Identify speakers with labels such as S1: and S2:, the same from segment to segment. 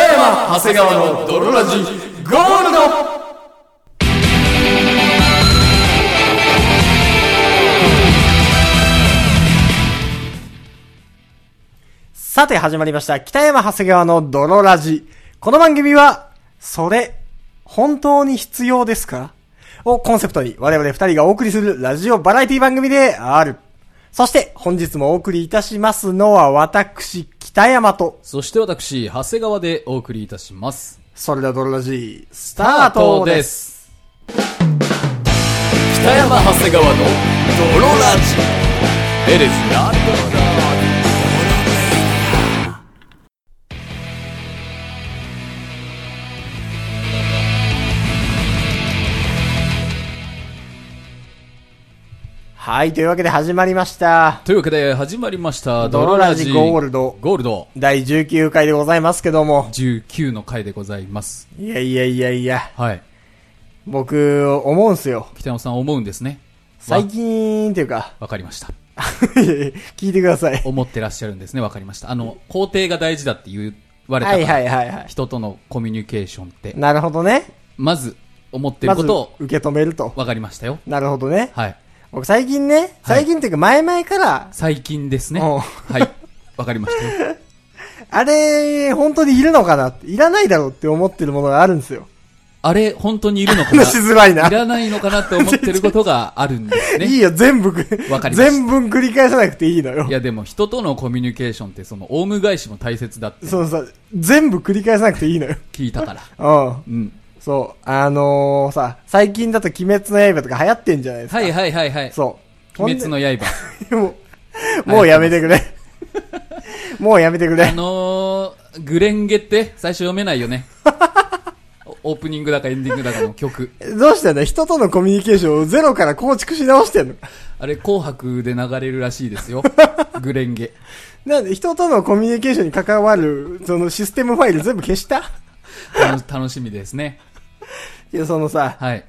S1: 長谷川の泥ラジゴールド
S2: さて始まりました。北山長谷川の泥ラジ。この番組は、それ、本当に必要ですかをコンセプトに我々二人がお送りするラジオバラエティ番組である。そして本日もお送りいたしますのは私、北山と、
S1: そして私、長谷川でお送りいたします。
S2: それでは泥ラジ、スター
S1: ス
S2: トです。
S1: す。北山長谷川の泥ラジ。エレスな
S2: はい、というわけで始まりました。
S1: というわけで始まりました、
S2: 泥ラジゴールド。
S1: ド。ゴールド
S2: 第19回でございますけども。
S1: 19の回でございます。
S2: いやいやいやいや、
S1: はい。
S2: 僕、思うんすよ。
S1: 北山さん思うんですね。
S2: 最近っていうか、
S1: わかりました。
S2: 聞いてください。
S1: 思ってらっしゃるんですね。わかりました。あの、工程が大事だって言われた
S2: は
S1: から、
S2: いはいはいはい。
S1: 人とのコミュニケーションって、
S2: なるほどね。
S1: まず思ってる
S2: ま
S1: こ
S2: ず
S1: とを、
S2: 受け止めると。
S1: わかりましたよ。
S2: なるほどね。
S1: はい。
S2: 僕最近ね、最近っていうか前々から、
S1: 最近ですね。
S2: おう
S1: はい。わかりましたよ。
S2: あれ、本当にいるのかなって、いらないだろうって思ってるものがあるんですよ。
S1: あれ、本当にいるのかな
S2: 話しづらいな。
S1: いらないのかなって思ってることがあるんですね。
S2: いいよ、全部、
S1: わかりました
S2: 全文繰り返さなくていいのよ
S1: い。や、でも人とのコミュニケーションって、その、オウム返しも大切だって
S2: そのさ、全部繰り返さなくていいのよ。
S1: 聞いたから。
S2: うん。
S1: うん。
S2: そう。あのー、さ、最近だと鬼滅の刃とか流行ってんじゃないですか。
S1: はいはいはいはい。
S2: そう。
S1: 鬼滅の刃。
S2: ほんでも う、もうやめてくれ。 もうやめてく
S1: あ
S2: れ。
S1: のー、グレンゲって最初読めないよね。おオープニングだかエンディングだかの曲。
S2: どうしてんだ人とのコミュニケーションをゼロから構築し直してんの
S1: あれ、紅白で流れるらしいですよ。グレンゲ。
S2: なんで人とのコミュニケーションに関わる、そのシステムファイル全部消した
S1: 楽楽しみですね。
S2: いや、そのさ、
S1: はい。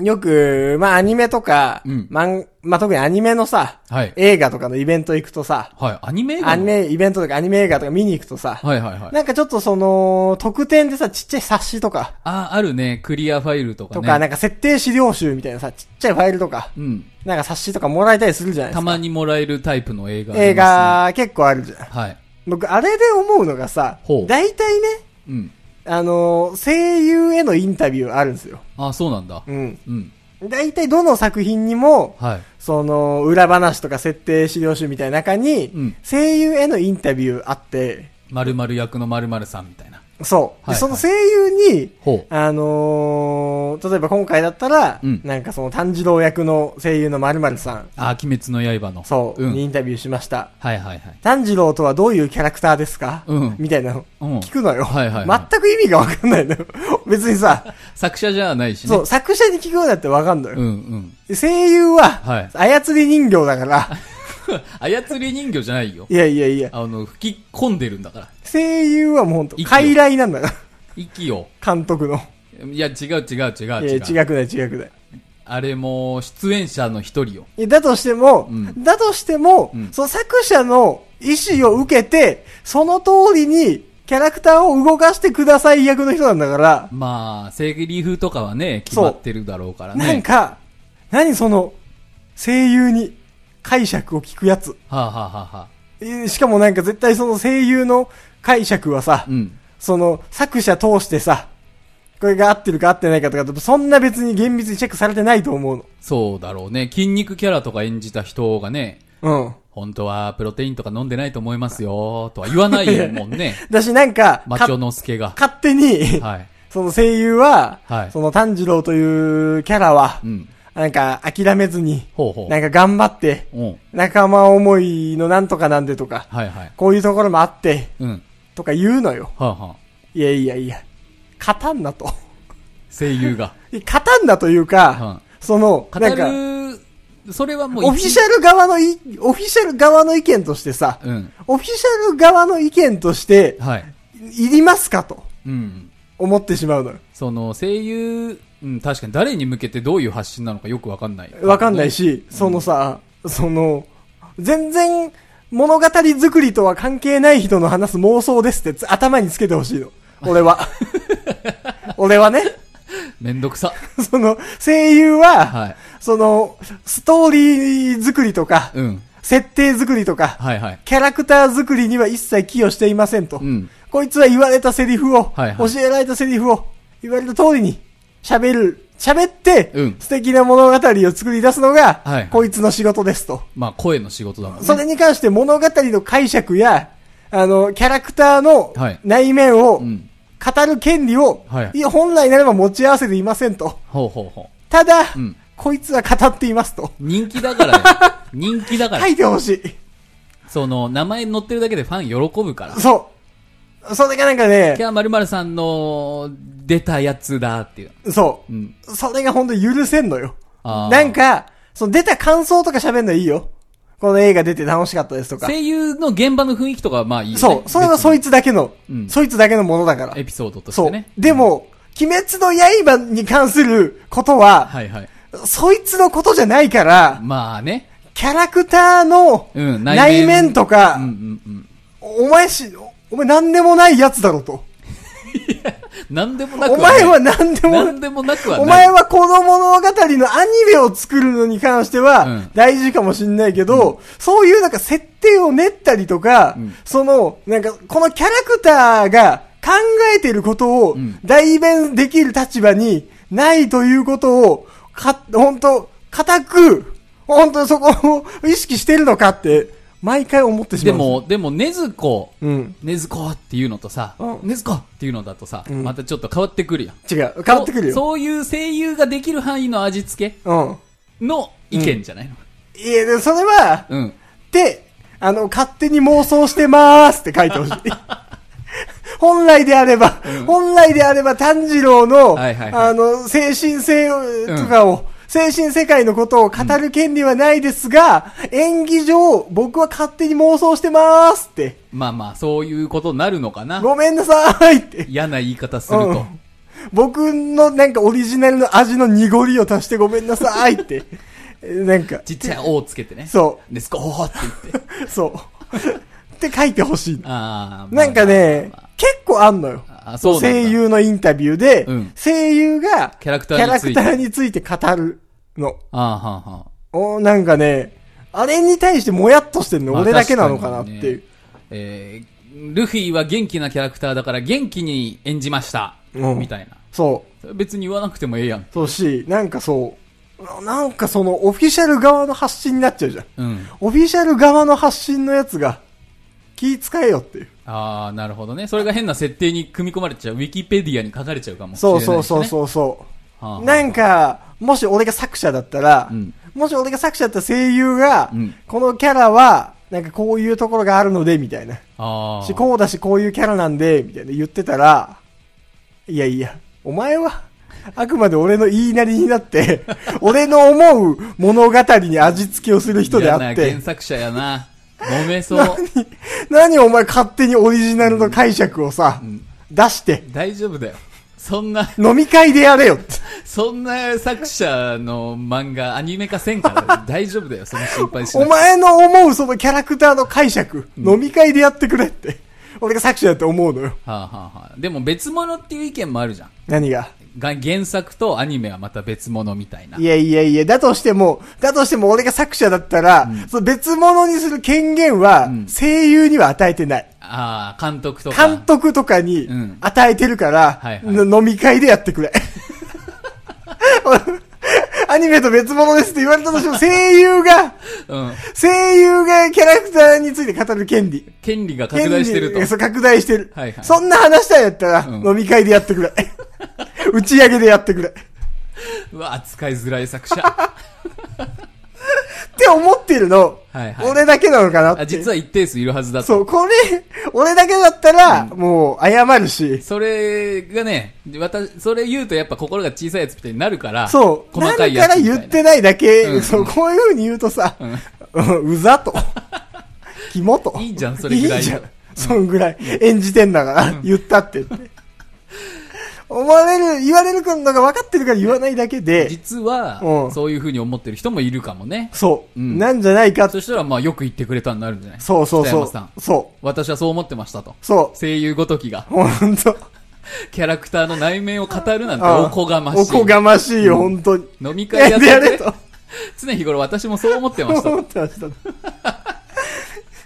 S2: よく、まあアニメとか、
S1: うん
S2: 漫まあ特にアニメのさ、
S1: はい。
S2: 映画とかのイベント行くとさ、
S1: はい。アニメ映画 の
S2: アニメイベントとかアニメ映画とか見に行くとさ、
S1: はいはいはい。
S2: なんかちょっとその、特典でさ、ちっちゃい冊子とか、
S1: あ、あるね。クリアファイルとかね。
S2: とか、なんか設定資料集みたいなさ、ちっちゃいファイルとか、
S1: うん。
S2: なんか冊子とかもらえたりするじゃないで
S1: た
S2: すか。
S1: まにもらえるタイプの映画、
S2: 映。画結構あるじゃん。
S1: はい。
S2: 僕、あれで思うのがさ
S1: ほ、う
S2: 大体ね、
S1: うん。
S2: あのー、声優へのインタビューあるんですよ。
S1: あ、そうなんだ
S2: う。ん。
S1: うん。
S2: 大体どの作品にも、
S1: はい。
S2: その、裏話とか設定資料集みたいな中に、
S1: うん
S2: 声優へのインタビューあって、
S1: 〇〇役の〇〇さんみたいな。
S2: そう。で
S1: はい
S2: その声優に、
S1: ほう。
S2: あのー、例えば今回だったら、
S1: うん
S2: なんかその炭治郎役の声優の〇〇さん、
S1: あ、鬼滅の刃の。
S2: そう、
S1: うん。
S2: にイ
S1: はい
S2: ンタビューしました。
S1: はいはい。
S2: 炭治郎とはどういうキャラクターですか、
S1: うん
S2: みたいなの。
S1: うん。
S2: 聞くのよ。
S1: はいはいはい
S2: 全く意味がわかん ないのよ。別にさ、
S1: 作者じゃないしね。
S2: そ。う、作者に聞くのだってわかんのよ。
S1: うんうん。
S2: 声優は、
S1: はい。
S2: 操り人形だ から、
S1: 操り人形じゃないよ。
S2: いやいやいや、
S1: あの、吹き込んでるんだから。
S2: 声優はもうほんと、
S1: 息を
S2: 傀儡なんだか
S1: 息を。
S2: ら、監督の。
S1: いや、違う違う
S2: い
S1: 違う
S2: や
S1: 違う。
S2: 違くない違くない。
S1: あれも、出演者の一人よ。
S2: いやだとしても、
S1: うん
S2: だとしても、
S1: うん
S2: その作者の意思を受けて、その通りに、キャラクターを動かしてください役の人なんだから、
S1: まあ、セリフとかはね、決まってるだろうからね。
S2: なんか、何その、声優に解釈を聞くやつ。
S1: はあ、はあはあは
S2: えーしかもなんか絶対その声優の解釈はさ
S1: あ、、うん。
S2: その作者通してさ、これが合ってるか合ってないかとか、そんな別に厳密にチェックされてないと思う
S1: そうだろうね。筋肉キャラとか演じた人がね、
S2: の。うん。
S1: 本当はプロテインとか飲んでないと思いますよ、とは言わないもんね。
S2: だしなんか、
S1: マチョ
S2: か
S1: ノスケが。
S2: 勝手に、
S1: はい。
S2: その声優は、
S1: はい
S2: その炭治郎というキャラは
S1: う、ん。
S2: なんか諦めずに、
S1: ほうほ
S2: なんか頑張って、
S1: う。うん。
S2: 仲間思いのなんとかなんでとか、
S1: はいはい。
S2: こういうところもあって、
S1: うん。
S2: とか言うのよ。
S1: はあ、はあ、
S2: いやいやいや、勝たんなと。
S1: 声優が。
S2: 勝たんなというか、その、
S1: 語
S2: なんか、
S1: る、それはもう一
S2: オフィシャル側のい、オフィシャル側の意見としてさ、
S1: うん。
S2: オフィシャル側の意見として、
S1: はい。
S2: いりますかと
S1: うん。
S2: 思ってしまうのよ。
S1: その、声優、うん、確かに誰に向けてどういう発信なのかよくわかんない。
S2: わかんないし、そのさ、その、全然物語作りとは関係ない人の話す妄想ですってつ頭につけてほしいの。俺は。 俺はね、
S1: めんどくさ。
S2: その、声優は、
S1: はい。
S2: その、ストーリー作りとか、
S1: うん。
S2: 設定作りとか、
S1: はいはい。
S2: キャラクター作りには一切寄与していませんと。
S1: うん。
S2: こいつは言われたセリフを、
S1: はいはい
S2: 教えられたセリフを、言われた通りに、喋る、喋って、
S1: うん
S2: 素敵な物語を作り出すのが、
S1: はい
S2: こいつの仕事ですと。
S1: まあ、声の仕事だもんね。
S2: それに関して物語の解釈や、あの、キャラクターの
S1: はい
S2: 内面を
S1: う、ん。
S2: 語る権利を、
S1: はい
S2: いや本来ならば持ち合わせていませんと。
S1: ほうほうほう。
S2: ただ、
S1: うん
S2: こいつは語っていますと。
S1: 人気だからね。 人気だから。
S2: 書いてほしい。
S1: その、名前載ってるだけでファン喜ぶから。
S2: そう。それがなんかね
S1: キ、ャー〇〇さんの出たやつだっていう。
S2: そうう。
S1: ん。
S2: それが本当許せんのよ。
S1: あー
S2: なんか、その出た感想とか喋るのいいよ。この映画出て楽しかったですとか。
S1: 声優の現場の雰囲気とかはまあいいよ、ね。
S2: そう。それはそいつだけの、
S1: うん
S2: そいつだけのものだから
S1: 別に。エピソードとし
S2: そ
S1: て
S2: う
S1: ね。。
S2: でも、鬼滅の刃に関することは、
S1: はいはい。
S2: そいつのことじゃないから、
S1: まあね。
S2: キャラクターの
S1: うん
S2: 内
S1: 内面
S2: 面と
S1: う
S2: か
S1: んう、んうん。
S2: お前し、お前何でもないやつだろと。
S1: なんでもなく
S2: お前は
S1: な
S2: 何で
S1: い。な
S2: も
S1: んでもなくはない。
S2: お前はこの物語のアニメを作るのに関して
S1: う
S2: は
S1: ん
S2: 大事かもしんないけど、そういうなんか設定を練ったりとか、
S1: うん
S2: その、なんかこのキャラクターが考えていることを
S1: ん
S2: 代弁できる立場にないということを、か、本当固く、本当にそこを意識してるのかって、毎回思ってしま
S1: で
S2: う。
S1: も、でも、ねずこ、
S2: うん。
S1: ねずこっていうのとさ
S2: うん、
S1: ねずこっていうのだとさ、
S2: ん
S1: またちょっと変わってくるやん。
S2: 違う。変わってくるよ。
S1: そうそういう声優ができる範囲の味付け
S2: うん。
S1: の意見じゃないの、
S2: いや、でそれは、
S1: うん、
S2: って、あの、勝手に妄想してまーすって書いてほしい。 本来であれば、本来であれば炭治郎の、
S1: はいはいはい
S2: あの、精神性をとかを、精神世界のことを語る権利はないですが、演技上、僕は勝手に妄想してまーすって、
S1: まあまあ、そういうことになるのかな。
S2: ごめんなさーいって、
S1: 嫌な言い方すると。
S2: うん僕のなんかオリジナルの味の濁りを足してごめんなさーい って、なんか、
S1: ちっちゃい「お」をつけてね。
S2: そ
S1: ねずこー って言って。
S2: う、そう、って書いてほしいの
S1: あー
S2: なんかね
S1: まあまあまあ、
S2: 結構あんのよ。
S1: あそうなんだ
S2: 声優のインタビューで、
S1: うん
S2: 声優が
S1: キャラク
S2: キ
S1: タ
S2: ャ
S1: ーに
S2: ラ
S1: つ
S2: ク
S1: い
S2: ター
S1: て。
S2: について語るの。
S1: あーはんはん
S2: おなんかね、あれに対してもやっとしてんの、
S1: まあ
S2: 俺だけなのかなっていう。
S1: えー、ルフィは元気なキャラクターだから元気に演じました。
S2: うん
S1: みたいな。
S2: そう。
S1: それ別に言わなくてもええやん。
S2: そうし、なんかそう、ななんかそのオフィシャル側の発信になっちゃうじゃん。
S1: うん。
S2: オフィシャル側の発信のやつが、気使えよっていう。
S1: ああ、なるほどね。それが変な設定に組み込まれちゃう。ウィキペディアに書かれちゃうかもしれ
S2: そ
S1: な
S2: う
S1: い、ね。
S2: そうそうそうそう。
S1: はあはあ
S2: なんか、もし俺が作者だったら、
S1: うん
S2: もし俺が作者だったら声優が、
S1: うん
S2: このキャラは、なんかこういうところがあるので、みたいな。
S1: ああ。
S2: し、こうだし、こういうキャラなんで、みたいな言ってたら、いやいや、お前は、あくまで俺の言いなりになっ て、俺の思う物語に味付けをする人であ
S1: 嫌
S2: っ
S1: な原
S2: て、
S1: 作者やな。揉めそう。
S2: 何お前勝手にオリジナルの解釈をさ、出して、
S1: 大丈夫だよ。そんな、
S2: 飲み会でやれよって。
S1: そんな作者の漫画、アニメ化せんから大丈夫だよ。その心配し
S2: お
S1: なくて。
S2: 前の思うそのキャラクターの解釈、飲み会でやってくれって。俺が作者だって思うのよ。
S1: はあ、はあはあ、でも別物っていう意見もあるじゃん。
S2: 何が。
S1: が原作とアニメはまた別物みたいな。
S2: いやいやいや、だとしても、だとしても俺が作者だったら、その別物にする権限は、
S1: ん
S2: 声優には与えてない。
S1: ああ、監督とか。
S2: 監督とかに
S1: うん
S2: 与えてるから、
S1: はいはい
S2: の飲み会でやってくれ。 アニメと別物ですって言われたとしても、声優が、
S1: うん。
S2: 声優がキャラクターについて語る権利。
S1: 権利が拡大してると
S2: 権利。そう、拡大してる。
S1: はいはい
S2: そんな話したいんやったら、
S1: うん
S2: 飲み会でやってくれ。 打ち上げでやってくれ。っ
S1: うわ、扱いづらい作者。
S2: て思ってるの、
S1: はいはい
S2: 俺だけなのかな
S1: あ
S2: って。
S1: 実は一定数いるはずだと。
S2: そう、これ、俺だけだったら、もう、謝るし。
S1: それがね、私、それ言うとやっぱ心が小さいやつみたいになるから、
S2: そう、な
S1: 細
S2: ん
S1: か
S2: か
S1: いや
S2: ら
S1: つみたいな。
S2: 言ってないだけ、
S1: うん
S2: そう、こういう風に言うとさ、うざ と、肝と。
S1: いいじゃんそれぐらい
S2: いじゃん。そんぐらい、演じてんだから、言ったって言って。思われる、言われるのが分かってるから言わないだけで、
S1: 実は、
S2: うん
S1: そういう風に思ってる人もいるかもね。
S2: そう、
S1: うん
S2: なんじゃないかって
S1: そしたら、まあ、よく言ってくれたになるんじゃない
S2: そうそう
S1: 北
S2: そ
S1: 山さん
S2: う。。そう。
S1: 私はそう思ってましたと。
S2: そう。
S1: 声優ごときが。
S2: ほんと。
S1: キャラクターの内面を語るなんて
S2: ああ
S1: おこがましい。
S2: おこがましいよ、本当に。
S1: 飲み会
S2: え
S1: やっ
S2: で
S1: て
S2: や
S1: て
S2: れと。
S1: 常日頃私もそう思ってました
S2: 思。ってました。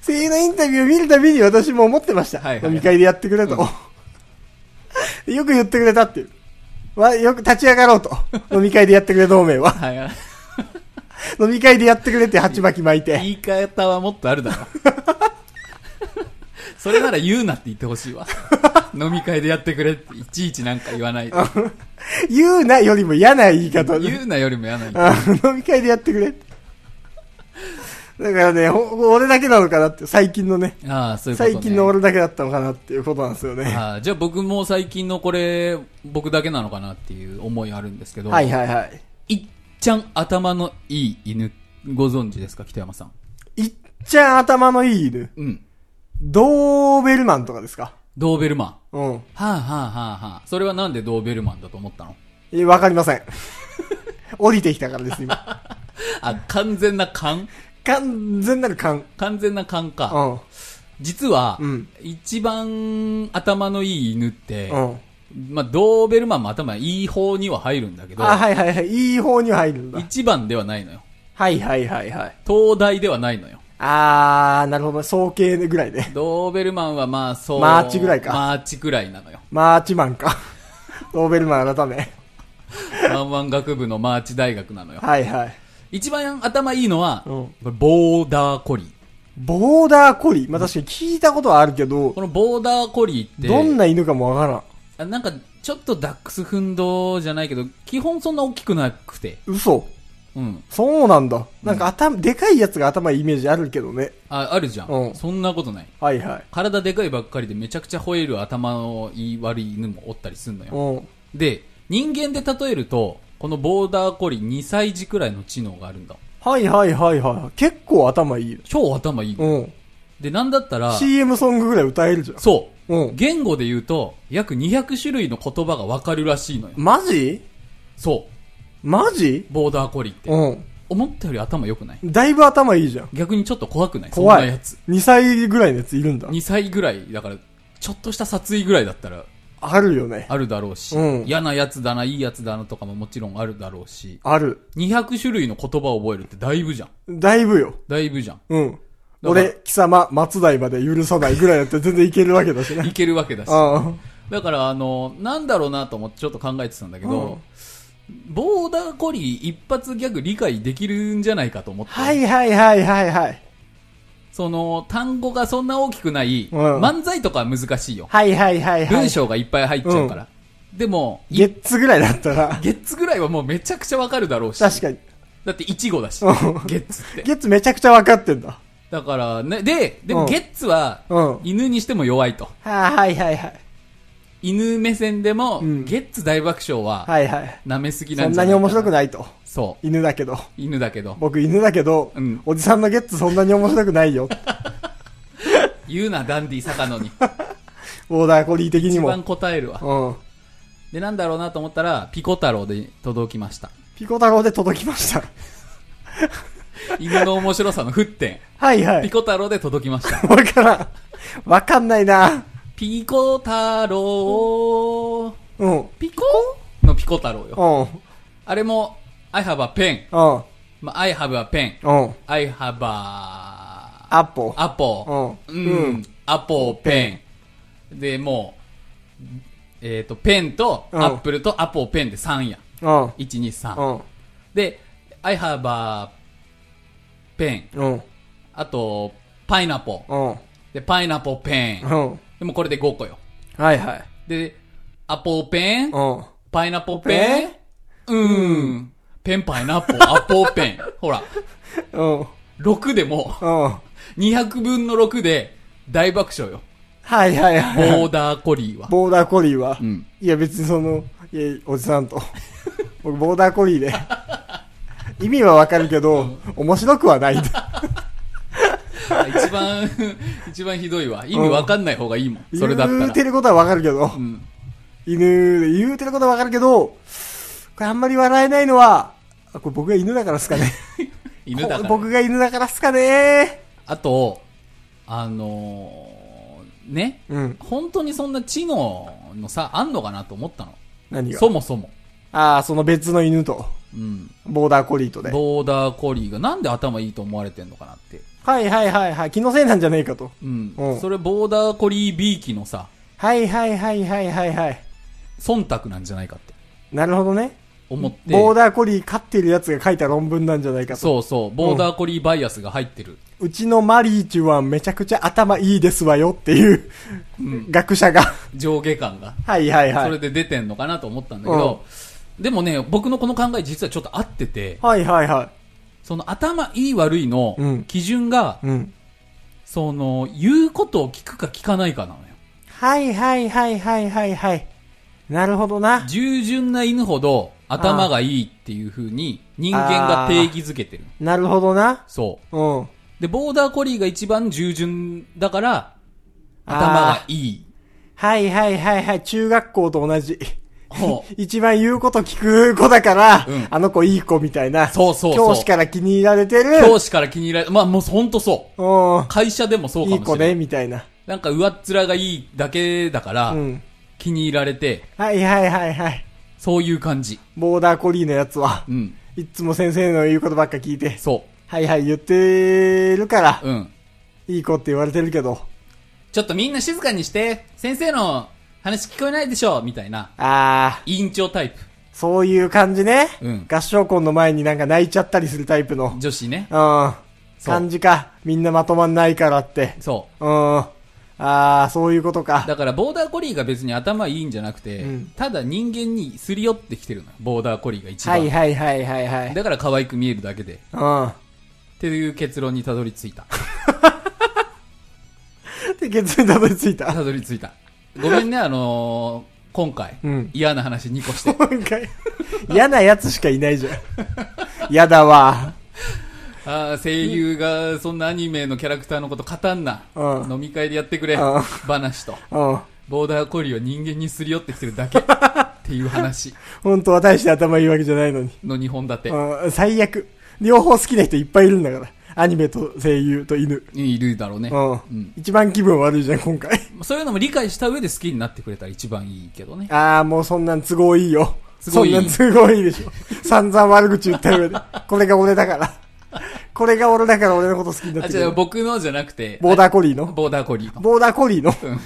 S2: 声優のインタビューを見るたびに私も思ってました。
S1: はいはいはい
S2: 飲み会でやってくれと。 よく言ってくれたっていう。わよく立ち上がろうと。飲み会でやってくれ同盟は。
S1: はい。
S2: 飲み会でやってくれって鉢巻き巻いて。
S1: 言い方はもっとあるだろ。 それなら言うなって言ってほしいわ。飲み会でやってくれって、いちいちなんか言わないで。
S2: 言うなよりも嫌な言い方で。
S1: 言うなよりもやない。
S2: あ飲み会でやってくれって。だからね、ほ俺だけなのかなって、最近のね。
S1: ああ、そういうこと、ね。
S2: 最近の俺だけだったのかなっていうことなんですよね。
S1: ああじゃあ僕も最近のこれ、僕だけなのかなっていう思いあるんですけど。
S2: はいはいはい。
S1: いっちゃん頭のいい犬、ご存知ですか北山さん。
S2: いっちゃん頭のいい犬。
S1: うん。
S2: ドーベルマンとかですか
S1: ドーベルマン。
S2: うん。
S1: はあ、はあはあはあ、それはなんでドーベルマンだと思ったの
S2: えわかりません。 降りてきたからです、今。
S1: あ、完全な勘
S2: 完全なる勘。
S1: 完全な勘か。
S2: うん。
S1: 実は、
S2: うん
S1: 一番頭のいい犬って、
S2: うん。
S1: まあ、ドーベルマンも頭いい方には入るんだけど、
S2: あ、はいはいはい。いい方には入るんだ。
S1: 一番ではないのよ。
S2: はいはいはいはい。
S1: 東大ではないのよ。
S2: あー、なるほど。総計ぐらいで。
S1: ドーベルマンはまあそう。
S2: マーチぐらいか
S1: マーチぐらいなのよ。
S2: マーチマンか。ドーベルマン改め。
S1: ワンワン学部のマーチ大学なのよ。
S2: はいはい。
S1: 一番頭いいのは、
S2: うん
S1: これボーダーコリー。
S2: ボーダーコリー。まあ、確かに聞いたことはあるけど、
S1: このボーダーコリーって、
S2: どんな犬かもわからん。
S1: あなんか、ちょっとダックスフンドじゃないけど、基本そんな大きくなくて。
S2: 嘘。
S1: うん。
S2: そうなんだ。なんか頭、でかいやつが頭いいイメージあるけどね。
S1: あ、あるじゃん。
S2: うん
S1: そんなことない。
S2: はいはい。
S1: 体でかいばっかりでめちゃくちゃ吠える頭のいい悪い犬もおったりすんのよ。
S2: うん。
S1: で、人間で例えると、このボーダーコリー2歳児くらいの知能があるんだ。
S2: はいはいはいはい。結構頭いいよ。
S1: 超頭いい。
S2: うん。
S1: で、なんだったら、
S2: CM ソングぐらい歌えるじゃん。
S1: そうう。
S2: ん。
S1: 言語で言うと、約200種類の言葉がわかるらしいのよ。
S2: マジ
S1: そ
S2: マジ
S1: う。ボーダーコリーって。
S2: うん。
S1: 思ったより頭良くない
S2: だいぶ頭いいじゃん。
S1: 逆にちょっと怖くない
S2: 怖
S1: そん
S2: い。
S1: なやつ。
S2: 2歳ぐらいのやついるんだ。
S1: 2歳ぐらい、だから、ちょっとした殺意ぐらいだったら
S2: あるよね。
S1: あるだろうし、
S2: うん
S1: 嫌なやつだな、いいやつだなとかももちろんあるだろうし、
S2: ある。
S1: 200種類の言葉を覚えるってだいぶじゃん。
S2: だいぶよ。
S1: だいぶじゃん。
S2: うん。
S1: ら
S2: 俺、貴様、松代まで許さないぐらいだって全然いけるわけだし
S1: い
S2: ね。
S1: けるわけだし。
S2: うん。
S1: だから、あの、なんだろうなと思ってちょっと考えてたんだけど、ボーダーコリー一発ギャグ理解できるんじゃないかと思って。
S2: はいはいはいはいはい。
S1: その、単語がそんな大きくない、
S2: うん
S1: 漫才とかは難しいよ。
S2: はいはいはいはい。
S1: 文章がいっぱい入っちゃうから。でも、
S2: ゲッツぐらいだったら、
S1: ゲッツぐらいはもうめちゃくちゃわかるだろうし。
S2: 確かに。
S1: だってイチゴだし、
S2: うん
S1: ゲッツって。
S2: ゲッツめちゃくちゃ分かってんだ。
S1: だからね、で、
S2: う
S1: でも
S2: ん
S1: ゲッツは
S2: うん、
S1: 犬にしても弱いと。
S2: はあ、はいはいはい。
S1: 犬目線でも、
S2: うん
S1: ゲッツ大爆笑は、
S2: はいはい。
S1: 舐めすぎな
S2: そ
S1: ん
S2: ん
S1: じゃ
S2: な
S1: な
S2: に
S1: い
S2: 面
S1: か
S2: 白く
S1: ない
S2: ないと。
S1: そう。
S2: 犬だけど。
S1: 犬だけど。
S2: 僕犬だけど、
S1: うん
S2: おじさんのゲッツそんなに面白くないよ。
S1: 言うな、ダンディ坂野 に。
S2: ボーダーコリー的に
S1: 一
S2: も。
S1: 番答えるわ。
S2: うん。
S1: で、なんだろうなと思ったら、ピコ太郎で届きました。
S2: ピコ太郎で届きま した。
S1: 犬の面白さの沸点。
S2: はいは
S1: ピ
S2: い。
S1: コ太郎で届きました。
S2: わからん。わかんないな。
S1: ピコ太郎、
S2: うん。うん。
S1: ピコのピコ太郎よ。
S2: うん。
S1: あれも、I have a pen.
S2: うん。
S1: まあ、I have a pen.
S2: うん。
S1: I have a
S2: アポ。
S1: アポ、
S2: う
S1: うんん、
S2: うん
S1: アポ、ペン。で、もう、えっ、と、ペンと、
S2: うん
S1: アップルとアポ、ペンで3や。
S2: うん。うん。
S1: 1、2、3。
S2: うん。
S1: で、I have a ペン。
S2: うん。
S1: あと、パイナポ。
S2: うん。
S1: で、パイナポ、ペン。
S2: うん。
S1: でもこれで5個よ。
S2: はいはい。
S1: で、アポ、ペン
S2: う。ん。
S1: パイナポ、ペン。うーん。ペン、パイナポ、アポ、ペン。ほら、
S2: うん。
S1: 6でも、
S2: うん。
S1: 200分の6で大爆笑よ。
S2: はいはいは
S1: ボ
S2: い。
S1: ーダーコリーは。
S2: ボーダーコリーは
S1: う、ん。
S2: いや別にその、いや、おじさんと。 僕、ボーダーコリーで。 意味はわかるけど、面白くはない。
S1: 一番、 一番ひどいわ。意味わかんない方がいいも ん。それだっ
S2: 言う
S1: た
S2: て
S1: ら。
S2: ることはわかるけど
S1: う、ん。
S2: 犬、言うてることはわかるけど、これあんまり笑えないのは、あこれ僕が犬だからっすかね。
S1: 犬だか
S2: こ
S1: ら。
S2: 僕が犬だからっすかね。
S1: あと、あのーね。
S2: うん。
S1: 本当にそんな知能のさ、あんのかなと思ったの。
S2: 何が
S1: そもそも。
S2: ああ、その別の犬と、
S1: うん。
S2: ボーダーコリーとで。
S1: ボーダーコリーがなんで頭いいと思われてんのかなって。
S2: はいはいはいはい。気のせいなんじゃねえかと。
S1: うん。
S2: うん
S1: それボーダーコリー B 期のさ、
S2: はいはいはいはいはいはい。
S1: 忖度なんじゃないかって
S2: なるほどね。
S1: 思って。
S2: ボーダーコリー飼ってるやつが書いた論文なんじゃないかと。
S1: そうそう。ボーダーコリーバイアスが入ってる。
S2: うちのマリーチュはめちゃくちゃ頭いいですわよっていう、学者が。
S1: 上下感が。
S2: はいはいは
S1: それ
S2: い。
S1: で出てんのかなと思ったんだけど、でもね、僕のこの考え実はちょっと合ってて、
S2: はいはいは
S1: その頭いい悪いの
S2: うん
S1: 基準が、
S2: い。うん。
S1: その、言うことを聞くか聞かないかなのよ。
S2: はいはいはいはいはいはい。なるほどな。
S1: 従順な犬ほど頭がいいっていう風に人間が定義づけてる。
S2: なるほどな。
S1: そ
S2: うん。
S1: う。で、ボーダーコリーが一番従順だから、頭がいい。
S2: はいはいはいはい。中学校と同じ。
S1: ほう
S2: 一番言うこと聞く子だから、
S1: うん
S2: あの子いい子みたいな。
S1: そうそうそ
S2: 教
S1: う
S2: 師から気に入られてる。。
S1: 教師から気に入られ、まあもうほんとそうう。会社でもそうん
S2: い
S1: か
S2: い
S1: も
S2: 子
S1: しれな
S2: ね、
S1: い。
S2: みたいな。
S1: なんか上っ面がいいだけだから、
S2: うん。
S1: 気に入られて、
S2: はいはいはいはい。
S1: そういう感じ。
S2: ボーダーコリーのやつは、
S1: うん。
S2: いっつも先生の言うことばっか聞いて、
S1: そ
S2: はいはい言ってるから、
S1: う。うん。
S2: いい子って言われてるけど。
S1: ちょっとみんな静かにして、先生の話聞こえないでしょ、みたいな。
S2: あ
S1: 委員長タイプ。
S2: ー、そういう感じね。
S1: うん
S2: 合唱コンの前になんか泣いちゃったりするタイプの。
S1: 女子ね。
S2: うん。
S1: そう
S2: 感じか。みんなまとまんないからって。
S1: そう。
S2: うん。あー、そういうことか。
S1: だからボーダーコリーが別に頭いいんじゃなくて、
S2: うん
S1: ただ人間にすり寄ってきてるのよボーダーコリーが一
S2: は
S1: 番、
S2: いはいはいはいはい。
S1: だから可愛く見えるだけでっ
S2: う
S1: ていう結論にたどり着いた
S2: ん。で、結論にたどり着いた。
S1: たどり着いたごめんねあのー今回、
S2: うん
S1: 嫌な話2個して
S2: 今回、 嫌なやつしかいないじゃん。嫌だわ。
S1: あー声優がそんなアニメのキャラクターのこと語んな、
S2: うん
S1: 飲み会でやってくれ、
S2: うん
S1: 話と
S2: うん。
S1: ボーダーコリーは人間にすり寄ってきてる だけっていう話
S2: 本当は大して頭いいわけじゃないのに。
S1: の2本立て、
S2: うん、最悪。両方好きな人いっぱいいるんだから。アニメと声優と犬。
S1: いるだろうね、
S2: うん。
S1: ん
S2: 一番気分悪いじゃん、今回。
S1: そういうのも理解した上で好きになってくれたら一番いいけどね
S2: あー、もうそんなん都合いいよ。
S1: 都合いい
S2: そんなん都合いいでしょ。散々悪口言った上で。これが俺だから。これが俺だから俺のこと好きになっ
S1: あ、
S2: て
S1: 違う、
S2: る。
S1: 僕のじゃなくて、
S2: ボーダーコリーの
S1: あボーダーコリーの。
S2: ボーダーコリーの
S1: うん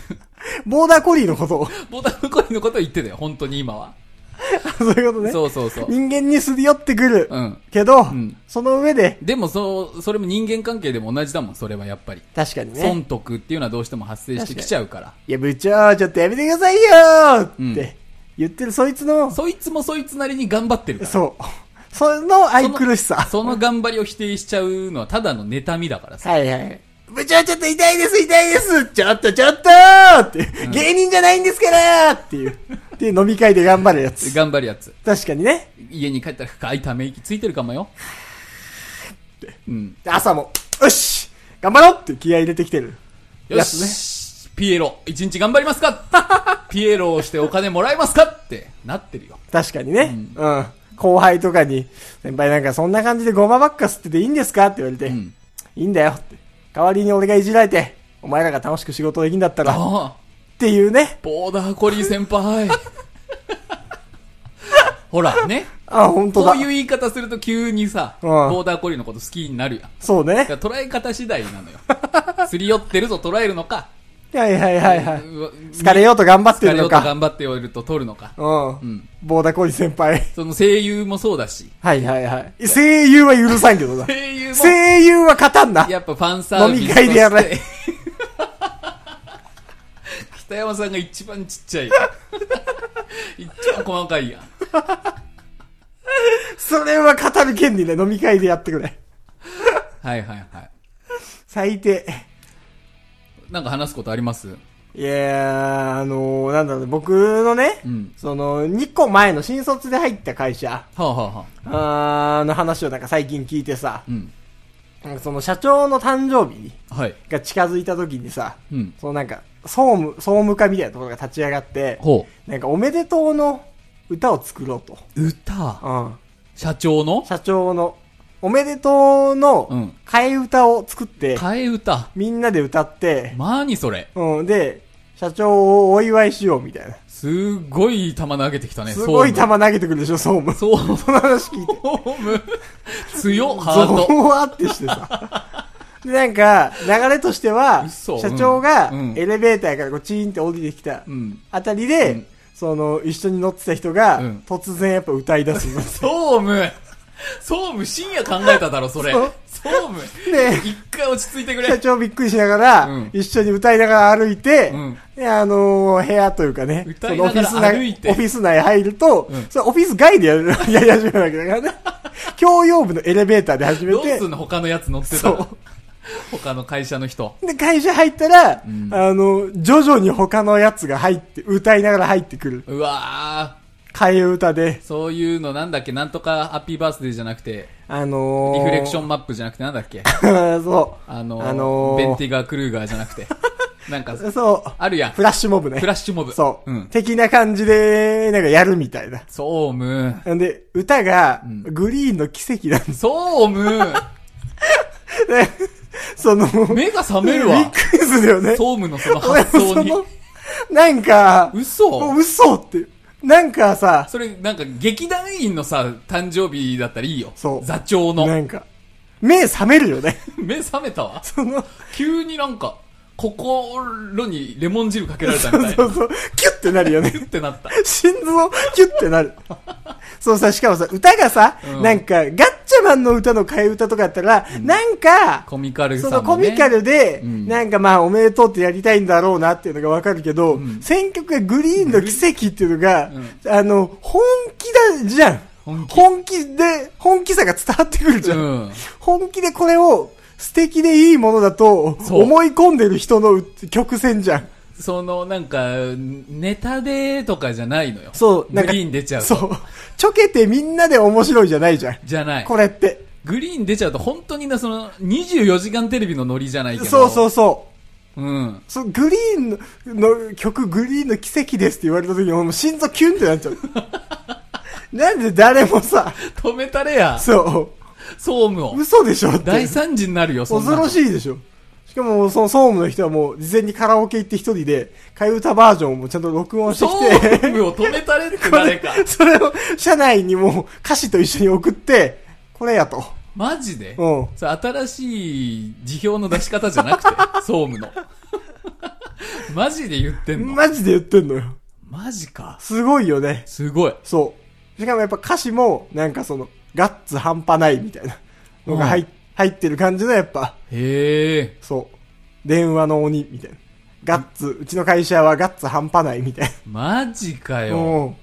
S2: ボーダーコリーの ことを。
S1: ボーダーコリーのことを言ってたよ、本当に今は。
S2: そういうことね。
S1: そうそうそう。
S2: 人間にすり寄ってくる。
S1: うん。
S2: けど、
S1: ん
S2: その上で、
S1: でも、そう、それも人間関係でも同じだもん、それはやっぱり。
S2: 確かにね。
S1: 損得っていうのはどうしても発生してきちゃうから。
S2: いや、部長、ちょっとやめてくださいよーって言ってるそいつの、
S1: そいつもそいつなりに頑張ってるから。
S2: そう。 その愛くるし さ。
S1: その頑張りを否定しちゃうのはただの妬みだからさ。
S2: はいはい。部長ちょっと痛いです、痛いですちょっとちょっとーっていう、芸人じゃないんですからーって いう。で、飲み会で頑張るやつ。
S1: 頑張るやつ。
S2: 確かにね。
S1: 家に帰ったら深いため息ついてるか もよ。うん。
S2: で朝も、よし頑張ろうって気合い入れてきてる。
S1: よ
S2: やつね。
S1: し、ピエロ、一日頑張りますか ピエロをしてお金もらえますかってなってるよ。
S2: 確かにね。うん。後輩とかに、先輩なんかそんな感じでごまばっか吸ってていいんですかって言われて、
S1: ん
S2: いいんだよって。代わりに俺がいじられて、お前らが楽しく仕事できんだったら、っ
S1: ああ。
S2: ていうね。
S1: ボーダーコリー 先輩。ほらね。
S2: あ、本当
S1: こ
S2: だ。
S1: ういう言い方すると急にさ、
S2: うん
S1: ボーダーコリーのこと好きになるやん。
S2: そうね。
S1: だから捉え方次第な のよ。すり寄ってると捉えるのか、
S2: はいはいはいはい。
S1: うわ
S2: 疲れようと頑張って
S1: 疲
S2: る
S1: れよ
S2: の
S1: うと
S2: か。
S1: 頑張っておると取るのか。
S2: う。
S1: うんん。
S2: ボーダコリ先輩。
S1: その声優もそうだし、
S2: はいはいはい。声優は許さんけどな。
S1: 声優も
S2: 声優は勝たんな。
S1: やっぱファンサービスとして。
S2: 飲み会でやらない
S1: 北山さんが一番ちっちゃい。 一番細かいやん。
S2: それは語る権利ね。飲み会でやってくれ。
S1: はいはいはい。
S2: 最低。
S1: なんか話すことあります
S2: いやー、あのー、なんだろうね、僕のね、
S1: うん。
S2: その、2個前の新卒で入った会社、
S1: はあ、はあはあ、
S2: あーの話をなんか最近聞いてさ
S1: う、ん。
S2: なんかその社長の誕生日
S1: はい。
S2: が近づいた時にさ、
S1: うん。
S2: そのなんか、総務、総務課みたいなところが立ち上がって、
S1: ほ
S2: なんかおめでとうの歌を作ろうと。
S1: う。歌
S2: うん。
S1: 社長の
S2: 社長の、おめでとう
S1: う
S2: の
S1: ん、
S2: 替え歌を作って、
S1: 替え歌。
S2: みんなで歌って、
S1: まあにそれ。
S2: うん、で、社長をお祝いしようみたいな。
S1: すごい球投げてきたね。
S2: すごい球
S1: 総
S2: 投げてくるでしょ、総務。
S1: 務。そう。
S2: その話聞いて。
S1: ホーム。 強っ、
S2: ゾ
S1: ハート。
S2: ーワーってしてさ。 で、なんか、流れとしては、
S1: 嘘
S2: 社長が
S1: うんうん
S2: エレベーターからこうチーンって降りてきた
S1: うん。
S2: あたりで、
S1: うん
S2: その、一緒に乗ってた人が、
S1: うん
S2: 突然やっぱ歌い出すんです。
S1: 総務。総務、深夜考えただろ、それ
S2: そう。
S1: 総務。
S2: で、
S1: 一回落ち着いてく
S2: 社
S1: れ。
S2: 長びっくりしながら、
S1: うん
S2: 一緒に歌いながら歩いて、
S1: うん
S2: で、あのー部屋というかね、
S1: 歌いながら
S2: そのオフィス内
S1: 歩いて
S2: オフィス内入ると、
S1: うん
S2: それオフィス外でやる、やり始めるわけだから ね。共用部のエレベーターで始め
S1: どう
S2: て
S1: す、んの他のやつ乗ってた
S2: そ
S1: ら。他の会社の人。
S2: で、会社入ったら、
S1: うん
S2: あの、徐々に他のやつが入って、歌いながら入ってくる。
S1: うわ
S2: 替え歌で
S1: ー、、そういうのなんだっけなんとかハッピーバースデーじゃなくて、
S2: あの
S1: リ
S2: ー、
S1: フレクションマップじゃなくてなんだっけ
S2: ン。 そ
S1: あのー
S2: あのー
S1: ベンティガー・クルーガーじゃなくて。なんか、
S2: う。 そう。
S1: あるやん。
S2: フラッシュモブね。
S1: フラッシュモブ。
S2: そう、
S1: うん。
S2: 的な感じで、なんかやるみたいな。
S1: 総務。
S2: なんで、歌が、
S1: ん
S2: グリーンの奇跡なんです。
S1: 総務
S2: その、
S1: 目が覚める
S2: びっ
S1: わ。
S2: くりするよ ね。
S1: 総務のその
S2: 俺も
S1: 発想 に。、
S2: なんか、もう
S1: 嘘
S2: 嘘って。なんかさ、
S1: それ、なんか、劇団員のさ、誕生日だったらいいよ。
S2: そう
S1: 座長の。
S2: なんか、目覚めるよね。
S1: 目覚めたわ。
S2: その、
S1: 急になんか、心にレモン汁かけられたみた
S2: そ
S1: いう
S2: そう
S1: な。
S2: そう、キュッてなるよね。
S1: キュッてなった。
S2: 心臓、キュッてなる。そうさ、しかもさ、歌がさ、
S1: うん
S2: なんか、ガッチャマンの歌の替え歌とかだったら、なんか、
S1: コミカルさ
S2: そ
S1: も、ね。
S2: のコミカルで、
S1: うん
S2: なんかまあ、おめでとうってやりたいんだろうなっていうのがわかるけど、
S1: ん
S2: 選曲がグリーンの奇跡っていうのが、
S1: う
S2: あの、本気だじゃん。
S1: 本気
S2: で、本気さが伝わってくるじゃん。
S1: うん。
S2: 本気でこれを、素敵でいいものだと、
S1: そう
S2: 思い込んでる人の曲線じゃん。
S1: その、なんか、ネタでとかじゃないのよ。
S2: そう、なんか、
S1: グリーン出ちゃう
S2: そ
S1: と。
S2: う。ちょけてみんなで面白いじゃないじゃん。
S1: じゃない。
S2: これって。
S1: グリーン出ちゃうと本当にな、その、24時間テレビのノリじゃないけど。。
S2: そうそうそう
S1: うん。
S2: う。そうグリーンのの曲、グリーンの奇跡ですって言われた時に、もう心臓キュンってなっちゃう。 なんで誰もさ、
S1: 止めたれや、
S2: そ
S1: 総務を
S2: う、。嘘でしょって。
S1: 大惨事になるよ、そんな
S2: 恐
S1: の。
S2: ろしいでしょ。しかも、その総務の人はもう、事前にカラオケ行って一人で、替え歌バージョンをもうちゃんと録音して
S1: 総
S2: きて、
S1: 務を止めたれって誰か。
S2: それを、社内にもう、歌詞と一緒に送って、これやと。
S1: マジで
S2: うん。
S1: それ新しい辞表の出し方じ ゃなくて、総務の。マジで言ってんの
S2: マジで言ってんのよ。
S1: マジか。
S2: すごいよね。
S1: すごい。
S2: そう。しかもやっぱ歌詞も、なんかその、ガッツ半端ないみたいなのが入,、
S1: う
S2: 入ってる感じのやっぱ、
S1: へえ。
S2: そう。電話の鬼みたいな。ガッツ、うちの会社はガッツ半端ないみたい
S1: マジか
S2: な。
S1: よ。
S2: うん。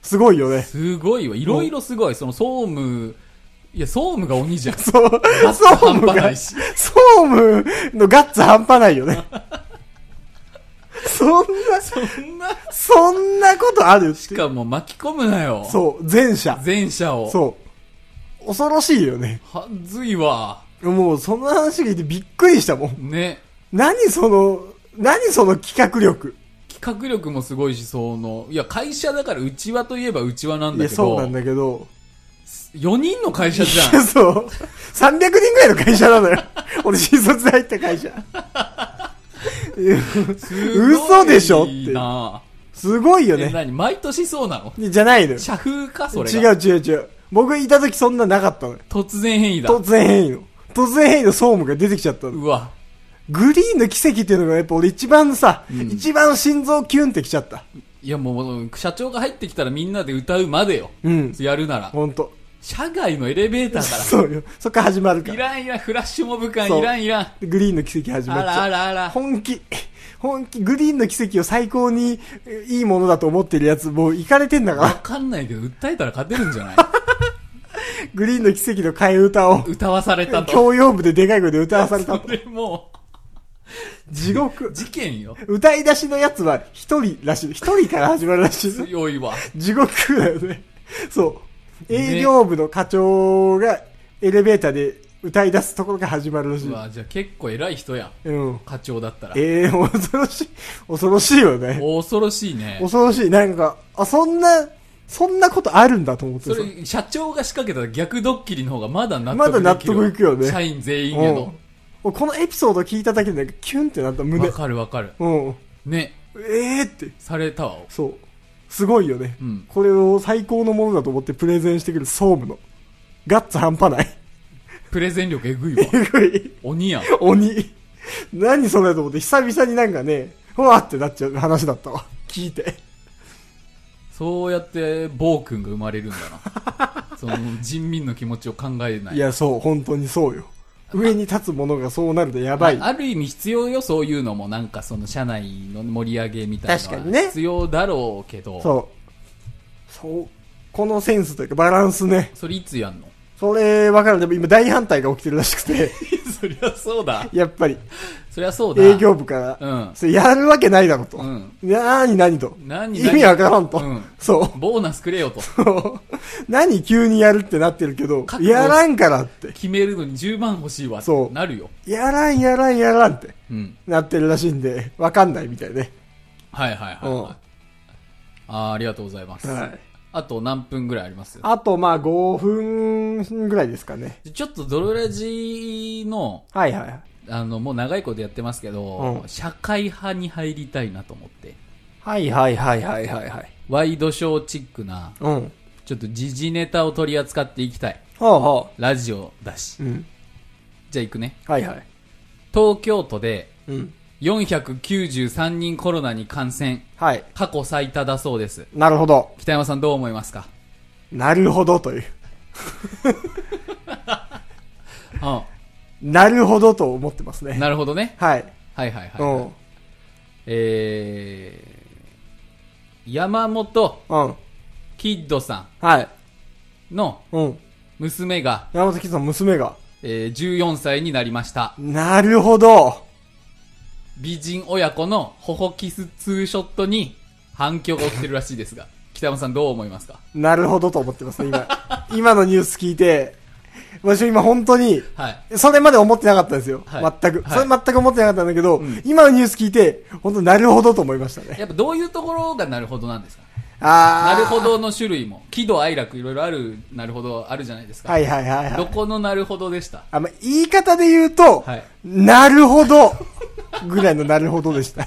S2: すごいよね。
S1: すごいわ。いろいろすごい。その総務、いや、総務が鬼じゃん。
S2: そう。
S1: ガッツ
S2: 総
S1: 半
S2: 務
S1: 端な
S2: が
S1: い、し。
S2: 総務のガッツ半端ないよね。そんな、
S1: そんな、
S2: そんなことある
S1: しかも巻き込むなよ。
S2: そう、前者。
S1: 前者を。
S2: そう。恐ろしいよね。
S1: はずいわ。
S2: もう、その話聞いてびっくりしたもん。
S1: ね。
S2: 何その、何その企画力。
S1: 企画力もすごいし、その、いや、会社だから、うちわといえばうちわなん
S2: い
S1: だ
S2: や、
S1: け
S2: そう
S1: ど、
S2: なんだけど。
S1: 4人の会社じ
S2: い
S1: ゃ
S2: や
S1: ん。
S2: そう。300人ぐらいの会社なのよ。 俺、新卒で入った会社。いや
S1: すごい
S2: 嘘でしょって
S1: な
S2: すごいよ
S1: え、
S2: ね。
S1: 何毎年そうなの
S2: じゃないのよ。
S1: 社風かそれ
S2: 違
S1: が。
S2: う違う違う。僕いた時そんななかったのよ。
S1: 突然変異だ。
S2: 突然変異の。突然変異の総務が出てきちゃったの。
S1: うわ。
S2: グリーンの奇跡っていうのがやっぱ俺一番さ、
S1: ん
S2: 一番心臓キュンってきちゃった。
S1: いや、もう、社長が入ってきたらみんなで歌うまでよ。
S2: うん。
S1: やるなら。
S2: ほんと。
S1: 社外のエレベーターか。
S2: そうよ。そっから始まるから
S1: い
S2: ら。
S1: らんいらん、フラッシュモブ感
S2: そう
S1: いらんいらん。
S2: グリーンの奇跡始ま
S1: あ
S2: っちゃう。
S1: らあらあら。
S2: 本気、本気、グリーンの奇跡を最高にえいいものだと思ってるやつ、もう行かれてんだか
S1: わ
S2: ら。
S1: かんないけど、訴えたら勝てるんじゃ ない
S2: グリーンの奇跡の替え歌を、
S1: 歌わされたと。
S2: 教養部ででかい声で歌わされ たと。
S1: でも
S2: 地獄
S1: う、。事件よ。
S2: 歌い出しのやつは一人らしい。一人から始まるらしい。
S1: 強いわ。
S2: 地獄だよね。そう。
S1: ね
S2: 営業部の課長がエレベーターで歌い出すところが始まるらし
S1: う
S2: い。
S1: わ、じゃあ結構偉い人やん。
S2: うん。
S1: 課長だったら。
S2: ええ恐ろしい。恐ろしいよね。
S1: 恐ろしいね。
S2: 恐ろしい。なんか、あ、そんな、そんなことあるんだと思って
S1: そ
S2: さ
S1: れ、社長が仕掛けた逆ドッキリの方がまだ納得
S2: まだ納
S1: できる
S2: 得いくよね
S1: 社員全員へ
S2: う
S1: の
S2: ん。俺このエピソード聞いただけでなんかキュンってなった
S1: わ
S2: 胸。
S1: かるわかる。
S2: うん。
S1: ね。
S2: ええって。
S1: されたわ。
S2: そう。すごいよね。
S1: うん
S2: これを最高のものだと思ってプレゼンしてくる総務の。ガッツ半端ない。
S1: プレゼン力えぐいわ。
S2: えぐい。
S1: 鬼やん。
S2: 鬼。何それと思って久々になんかね、うわーってなっちゃう話だったわ。聞いて。
S1: そうやって、暴君が生まれるんだな。その、人民の気持ちを考えない。
S2: いや、そう、本当にそうよ。上に立つものがそうなるとやばい。
S1: あある意味必要よ、そういうのも。なんか、その、社内の盛り上げみたいな。
S2: 確かにね
S1: 必要だろうけど。
S2: そう。そう。このセンスというかバランスね。
S1: それいつやんの
S2: それ、わかる。でも今大反対が起きてるらしくて、
S1: そりゃそうだ。
S2: やっぱり
S1: そりゃそうだ。
S2: 営業部から、
S1: うん。
S2: それやるわけないだろと。
S1: うん。
S2: なーに何と。
S1: 何
S2: 意味わからんと。
S1: うん
S2: そ
S1: ボーナスくれよと。
S2: う。 何急にやるってなってるけど
S1: 覚、悟
S2: やらんからって。
S1: 決めるのに10万欲しいわ。
S2: そう
S1: なるよ。
S2: やらんやらんやらんって
S1: うん。
S2: なってるらしいんで、わかんないみたいね。
S1: はいはいはい、
S2: うん
S1: はい。あーありがとうございます。
S2: はい。
S1: あと何分ぐらいあります
S2: あと、まあ、5分ぐらいですかね。
S1: ちょっとドロラジの、
S2: はいはいはい。
S1: あの、もう長いことやってますけど、
S2: うん
S1: 社会派に入りたいなと思って。
S2: はいはいはいはいはいはい。
S1: ワイドショーチックな、
S2: うん。は
S1: ちょっと時事ネタを取り扱っていきたい。
S2: あは
S1: ラジオだし
S2: あ。。うん。
S1: じゃあ行くね。
S2: はいはい。
S1: 東京都で
S2: うん。
S1: 493人コロナに感染。
S2: はい。
S1: 過去最多だそうです。
S2: なるほど。
S1: 北山さんどう思いますか
S2: なるほどという。
S1: う
S2: なるほどと思ってます
S1: ん。
S2: ね。
S1: なるほどね。
S2: はい。
S1: はいはいはい。
S2: うん。うん。
S1: えー、山本
S2: は
S1: キッドさ
S2: い。
S1: んの
S2: うん。
S1: 娘が、
S2: 山本貴さん娘が。
S1: えー14歳になりました。
S2: なるほど。
S1: 美人親子のホホキスツーショットに反響が起きてるらしいですが、 北山さんどう思いますか
S2: なるほどと思ってますね、今。今のニュース聞いて、私今本当に、
S1: はい。
S2: それまで思ってなかったんですよ。
S1: はい
S2: 全く。
S1: はい
S2: それ全く思ってなかったんだけど、
S1: うん
S2: 今のニュース聞いて、本当なるほどと思いましたね。
S1: やっぱどういうところがなるほどなんですか
S2: あー。
S1: なるほ。どの種類も、喜怒哀楽いろいろある、なるほどあるじゃないですか。
S2: はいはいはいは
S1: ど
S2: い。
S1: このなるほどでした
S2: あまあ、言い方で言うと、
S1: はい
S2: なるほ どぐらいのなるほどでした。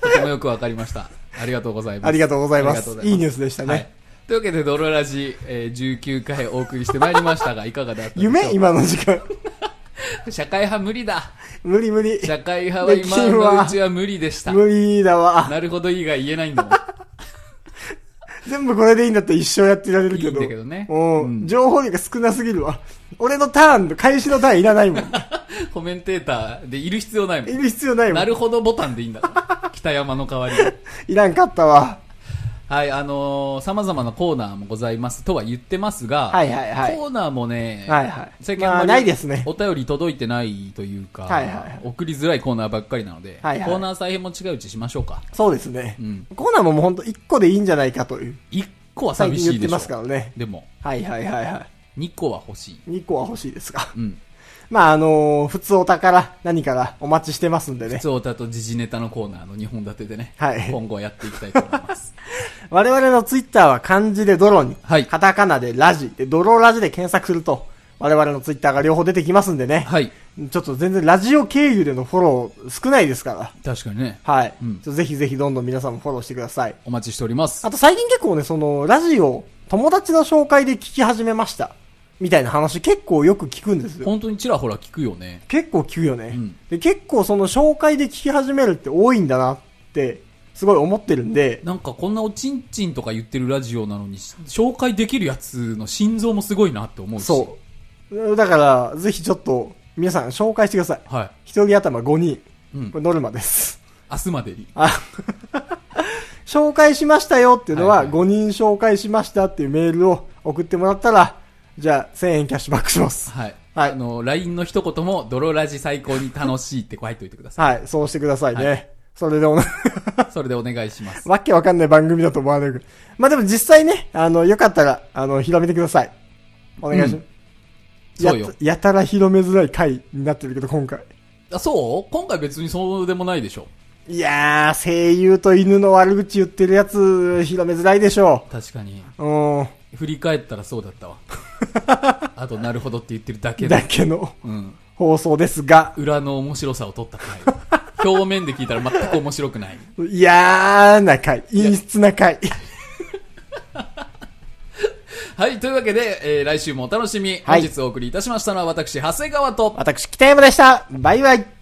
S1: とてもよくわかりました。ありがとうございます。
S2: ありがとうございます
S1: ありがとうござ
S2: いいニュースでしたね
S1: はいというわけで、ドロラジ、えー19回お送りしてまいり ましたが、いかがだったでしょうか
S2: 夢今の時間。
S1: 社会派無理だ。
S2: 無理無理。
S1: 社会派は今のうちは無理でした。
S2: 無理だわ。
S1: なるほど以外言えないんだもん。
S2: 全部これでいいんだったら一生やってられるけど。
S1: いいんだけどね
S2: うん。
S1: うん
S2: 情報量が少なすぎるわ。俺のターン、開始のターンいらないもん。
S1: コメンテーターでいる必要ないも
S2: い
S1: ん。
S2: る必要ないもん。
S1: なるほどボタンでいいんだから。北山の代わ りに。
S2: いらんかったわ。
S1: はい、あのー、様々なコーナーもございますとは言ってますが、
S2: はいはいはい
S1: コーナーもね、
S2: はいはい。
S1: 最近あん
S2: ま
S1: ま
S2: あ、
S1: り
S2: ないですね。
S1: お便り届いてないというか、
S2: はいはいはい
S1: 送りづらいコーナーばっかりなので、
S2: はいはい
S1: コーナー再編も違ううちしましょうか。
S2: そうですね
S1: う。ん。
S2: コーナーももうほんと1個でいいんじゃないかという。
S1: 1個は
S2: 最
S1: 寂
S2: 近
S1: し
S2: 言
S1: い
S2: っ
S1: で
S2: て
S1: しょ。
S2: ますからね。
S1: でも、
S2: はいはいはいは
S1: 2個は欲しい。
S2: い。2個は欲しいですが。
S1: うん。
S2: まあ、あのー普通お宝、何からお待ちしてますんでね
S1: 普。通歌と時事ネタのコーナーの2本立てでね、
S2: はい
S1: 今後はやっていきたいと思い ます。
S2: 我々のツイッターは漢字でドロに、
S1: はい
S2: カタカナでラジ、で、ドロラジで検索すると、我々のツイッターが両方出てきますんでね。
S1: はい。
S2: ちょっと全然ラジオ経由でのフォロー少ないですから。
S1: 確かにね、
S2: はい。
S1: うん
S2: ちょっとぜひぜひどんどん皆さんもフォローしてください。
S1: お待ちしております。
S2: あと最近結構ね、その、ラジオ、友達の紹介で聞き始めました。みたいな話結構よく聞くんですよ。
S1: 本当にちらほら聞くよね。
S2: 結構聞くよね、
S1: うん
S2: で。結構その紹介で聞き始めるって多いんだなって、すごい思ってるんで、
S1: なんかこんなおちんちんとか言ってるラジオなのに、紹介できるやつの心臓もすごいなって思うし。
S2: そう。だから、ぜひちょっと、皆さん紹介してください。
S1: は
S2: 一人頭5人。
S1: い。うん
S2: こ。れノルマです。
S1: 明日までに。
S2: あ 紹介しましたよっていうのは、
S1: はいはい
S2: 5人紹介しましたっていうメールを送ってもらったら、じゃあ、1000円キャッシュバックします。
S1: はい。
S2: はい
S1: あの、LINE の一言も、泥ラジ最高に楽しいって書いといてく ださ
S2: はい、そうしてくださいね。
S1: は
S2: それでおな、
S1: い。それでお願いしま す。
S2: わけわかんない番組だと思われるけど。まあでも実際ね、あの、よかったら、あの、広めてください。お願いします。
S1: うんそうよ
S2: やたやたら広めづらい回になってるけど、今回。
S1: あ、そう今回別にそうでもないでしょ。
S2: いやー、声優と犬の悪口言ってるやつ、広めづらいでしょ
S1: 確かに。
S2: う。う
S1: 振り返ったらそうだ ったわ。あと、なるほどって言ってるだけ
S2: ん。だ
S1: で。
S2: けの
S1: うん。
S2: 放送ですが、
S1: 裏の面白さを取った回。表面で聞いたら全く面白くない。
S2: 嫌な回。陰湿な回。
S1: はい、というわけで、えー来週もお楽しみ。
S2: は
S1: 本
S2: い
S1: 日お送りいたしましたのは私、長谷川と、
S2: 私、北山でした。バイバイ。